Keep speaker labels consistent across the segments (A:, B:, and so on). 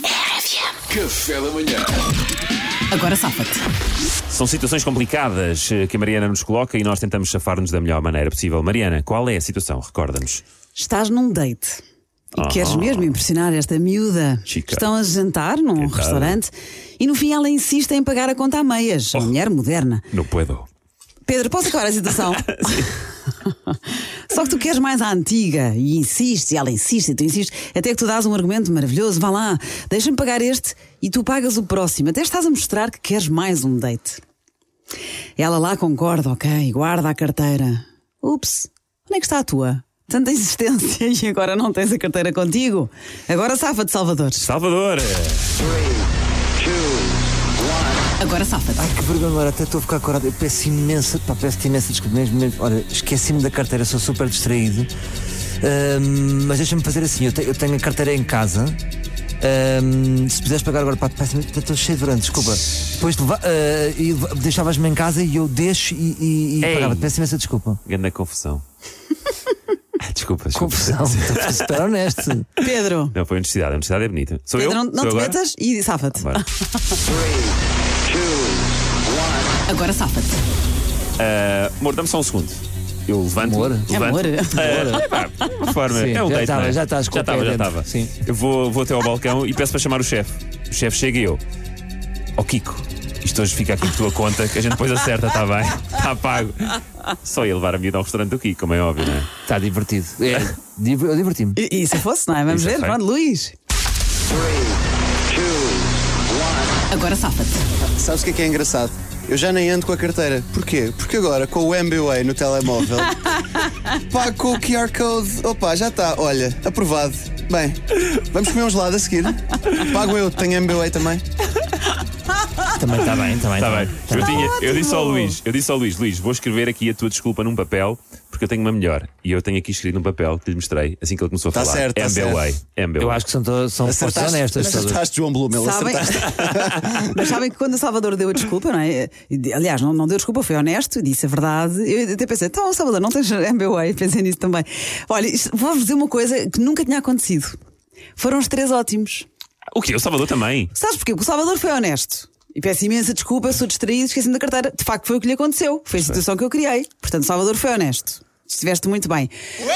A: FM.
B: Café da manhã.
C: Agora safa-te.
D: São situações complicadas eh, que a Mariana nos coloca e nós tentamos safar-nos da melhor maneira possível. Mariana, qual é a situação? Recorda-nos.
C: Estás num date. E
D: Ah.
C: queres mesmo impressionar esta miúda?
D: Chica.
C: Estão a jantar num
D: Então.
C: restaurante e no fim ela insiste em pagar a conta a meias.
D: Oh.
C: A mulher moderna.
D: Não puedo.
C: Pedro, posso acabar a situação? Só que tu queres mais a antiga e insistes, e ela insiste, e tu insistes, até que tu dás um argumento maravilhoso, vá lá, deixa-me pagar este e tu pagas o próximo. Até estás a mostrar que queres mais um date. Ela lá concorda, ok, guarda a carteira. Ups, onde é que está a tua? Tanta insistência e agora não tens a carteira contigo. Agora safa-te, Salvador.
D: Salvador!
C: Agora safa-te.
E: Ai, que vergonha, agora até estou a ficar corado. Eu peço imensa, pá, peço imensa desculpa. Mesmo, mesmo, olha, esqueci-me da carteira, sou super distraído. Ahm, mas deixa-me fazer assim: eu, te- eu tenho a carteira em casa. Ahm, se puderes pagar agora, pá, peço imensa- estou cheio de verão, desculpa. Depois leva- ah, e leva- deixavas-me em casa e eu deixo e, e, e
D: Ei.
E: pagava. Peço imensa desculpa.
D: Grande confusão. Ah, desculpa, desculpa.
E: Confusão, estou a ser super honesto.
C: Pedro,
D: Não, foi a honestidade. A honestidade é bonita. Sou
C: Pedro,
D: eu?
C: não, não
D: Sou
C: te
D: agora?
C: metas e safa-te.
D: Bora.
C: Agora safa-te.
D: Ah, amor, dá-me só um segundo. Eu levanto.
E: Amor?
D: levanto.
C: Amor.
D: Ah, é pá, de uma forma.
E: Sim,
D: é um
E: já
D: date,
E: estava,
D: não é?
E: já estás com
D: Já
E: o pé
D: estava, já
E: dentro.
D: estava.
E: Sim.
D: Eu vou, vou até ao balcão e peço para chamar o chefe. O chefe chega e eu. Ó Kiko, isto hoje fica aqui por tua conta, que a gente depois acerta, está bem? Está pago. Só ia levar a miúda ao restaurante do Kiko, como é óbvio, não é?
E: Está divertido. É, div- eu diverti-me.
C: E, e se fosse, não é? Vamos
D: Isso é
C: ver,
D: feio.
C: pronto, Luís. Agora safa-te.
F: Sabes o que é que é engraçado? Eu já nem ando com a carteira. Porquê? Porque agora, com o MBWay no telemóvel, pá, com o QR Code, opa, já está, olha, aprovado. Bem, vamos comer um gelado a seguir? Pago eu, tenho MBWay também.
E: Também está Tá bem, também
D: Está Tá bem. Eu, tinha- eu
C: ótimo.
D: disse ao Luís, eu disse ao Luís, Luís, vou escrever aqui a tua desculpa num papel, porque eu tenho uma melhor. E eu tenho aqui escrito num papel que lhe mostrei assim que ele começou a
F: Tá
D: falar.
F: certo, tá
D: MBWay. MBWay.
E: Eu acho que são, to- são forças honestas. todas.
F: acertaste João Blumel,
C: Sabem,
F: acertaste.
C: mas sabem que quando o Salvador deu a desculpa, não é? E, Aliás, não, não deu desculpa, foi honesto, disse a verdade. Eu até pensei, então, Salvador, não tens MBA, pensei nisso também. Olha, isto- vou-vos dizer uma coisa que nunca tinha acontecido. Foram os três ótimos.
D: O que? O Salvador também.
C: Sabes porquê? Porque o Salvador foi honesto. E peço imensa desculpa, sou distraído, esqueci-me da carteira. De facto, foi o que lhe aconteceu. Foi a situação que eu criei. Portanto, o Salvador foi honesto. Estiveste muito bem.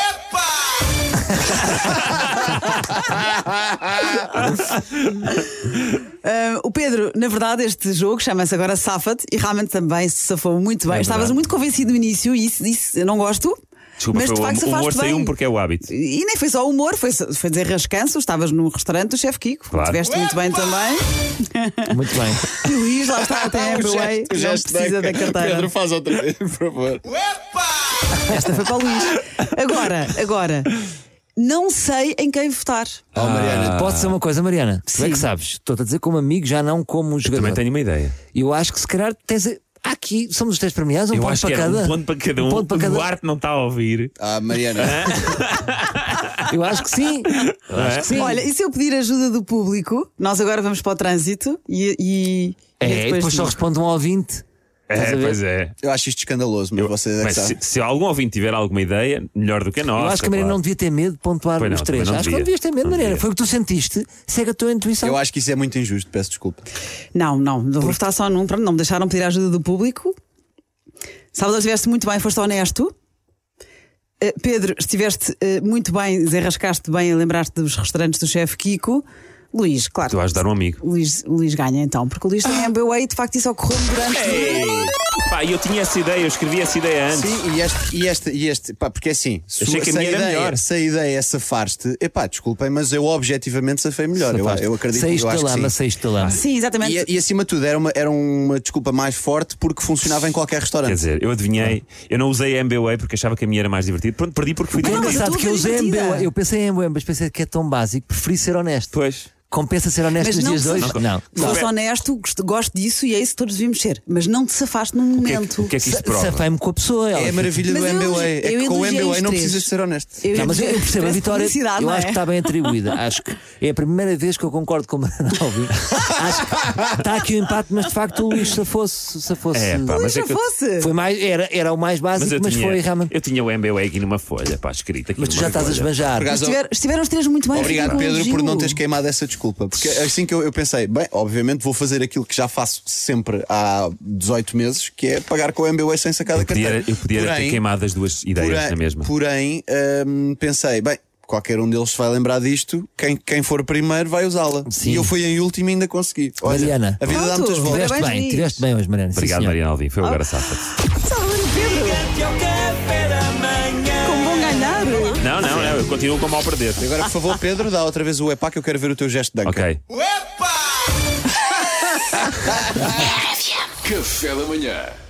C: Ah, o Pedro, na verdade, este jogo chama-se agora Safat e realmente também se safou muito bem.
D: É verdade.
C: Estavas muito convencido no início e isso, isso eu não gosto.
D: Desculpa,
C: mas
D: foi
C: de
D: o-
C: facto
D: o humor
C: safaste bem.
D: saiu um porque é o hábito.
C: E nem foi só humor, foi, foi dizer rascanço. Estavas num restaurante do chefe Kiko,
D: Claro.
C: estiveste muito bem também.
E: Muito bem.
C: E o Luís, lá está, até a Amberway,
F: O
C: não
F: Um gesto
C: precisa da carteira.
F: Pedro, faz outra vez, por favor.
C: Esta foi para o Luís. Agora, agora, não sei em quem votar.
F: Oh,
D: Ah.
F: Mariana,
E: Pode ser uma coisa, Mariana. Tu é
C: Sim.
E: que sabes. Estou-te a dizer como amigo, já não como jogador.
D: Também tenho uma ideia.
E: Eu acho que se calhar tens. a- Aqui somos os três premiados, um
D: eu
E: ponto
D: acho
E: para
D: que era
E: cada.
D: um ponto para cada um.
E: ponto para cada.
D: O Duarte não está a ouvir.
F: Ah, Mariana.
E: Eu acho que sim. Eu acho que sim.
C: Olha, e se eu pedir ajuda do público, nós agora vamos para o trânsito e. e...
E: é,
C: e
E: e depois, só responde um ouvinte.
D: É,
E: Estás a ver? Tá
D: pois é.
F: Eu acho isto escandaloso, mas você é que
D: Mas
F: sabe.
D: se, se algum ouvinte tiver alguma ideia, melhor do que a nossa.
E: Eu acho que a Mariana
D: claro.
E: não devia ter medo de pontuar
D: Pois não,
E: os três.
D: também não
E: acho que não
D: devia.
E: devias ter medo,
D: Não
E: Mariana.
D: devia.
E: Foi o que tu sentiste. Segue a tua intuição.
F: Eu acho que isso é muito injusto, peço desculpa.
C: Não, não, não vou votar só num. Pronto, não me deixaram pedir ajuda do público. Salvador, estiveste muito bem, foste honesto. Eh, Pedro, estiveste eh, muito bem, desenrascaste bem a lembrar-te dos restaurantes do chefe Kiko. Luís, claro.
D: Tu vais dar um amigo.
C: Luís, Luís ganha então, porque o Luís tem
D: Ah.
C: MBA e de facto isso ocorreu durante.
D: É. Pá, eu tinha essa ideia, eu escrevi essa ideia antes.
F: Sim, e este, e este, e este pá, porque assim, se,
D: Achei
F: se
D: que a minha era
F: ideia,
D: melhor.
F: se a ideia é safar-te, epá, desculpem, mas eu objetivamente safei melhor. Eu, eu acredito
E: Saíste
F: eu
E: da
F: acho que
E: lama,
F: sim.
E: saíste da lama. É
C: Sim, exatamente.
D: é-
F: E, e acima de tudo, era uma, era uma desculpa mais forte porque funcionava em qualquer
D: Quer
F: restaurante.
D: dizer, eu adivinhei,
E: Ah.
D: eu não usei MBA porque achava que a minha era mais divertida. Pronto, perdi porque fui
E: É
C: não, mas
D: divertido.
C: tu
E: engraçado que eu
C: és
E: usei
C: divertida.
E: MBA. Eu pensei em MBA, mas pensei que é tão básico. Preferi ser honesto.
D: Pois.
E: Compensa ser honesto
C: Mas
E: nos
C: não
E: dias de
C: se-
E: hoje? Não.
C: Se fosse honesto, gosto, gosto disso e é isso que todos devíamos ser. Mas não te safaste num
D: O que, é que-
C: momento.
D: o que é que isto prova?
E: Safei-me com a pessoa. ela
F: É a
E: fica-
F: maravilha do
C: Mas eu-
F: MBA. É
C: eu
F: que com o
C: elogiei os
F: MBA não
C: três.
F: precisas ser honesto.
C: Eu
E: Não, mas eu, eu percebo a
C: parece
E: vitória.
C: publicidade,
E: Eu
C: não
E: acho
C: é?
E: que está bem atribuída. Acho que é a primeira vez que eu concordo com o Manalvi. acho que está aqui o empate, mas de facto o Luís se fosse. Se fosse
D: É, pá, mas
C: Luís,
D: é
C: já
D: que eu-
C: fosse.
E: foi mais, era, era o mais
D: Mas
E: básico,
D: eu
E: mas,
D: tinha,
E: foi realmente.
D: eu tinha o MBA aqui numa folha, pá, escrita aqui
E: Mas tu
D: numa
E: já estás a
D: folha.
E: esbanjar.
F: Por acaso,
C: Estiver- estiveram os três muito bem.
F: obrigado,
C: fica um
F: Pedro, por não
C: elogio.
F: teres queimado essa desculpa. Porque assim que eu, eu pensei, bem, obviamente vou fazer aquilo que já faço sempre há 18 meses, que é pagar com o MBWay sem sacar da
D: Eu podia,
F: carteira.
D: eu podia
F: Porém-
D: ter queimado as duas ideias
F: porém,
D: na é mesma.
F: porém, hum, pensei, bem, qualquer um deles vai lembrar disto, quem, quem for primeiro vai usá-la.
E: Sim.
F: E eu fui em último e ainda consegui. Olha,
E: Mariana.
F: a vida dá
C: Pronto.
F: muitas voltas.
E: Tiveste
C: Parabéns,
E: bem,
C: Luís.
E: tiveste bem hoje, Mariana. Sim,
D: Obrigado,
E: senhora.
D: Mariana Alvim.
F: Ah.
D: Foi um agora safa
C: Saúde, Pedro!
D: é
C: Como bom ganhar!
D: Não, não, não. Eu continuo com o mal perder.
F: Agora, por favor, Pedro, dá outra vez o epá que eu quero ver o teu gesto de anca.
D: Ok.
A: Café da manhã.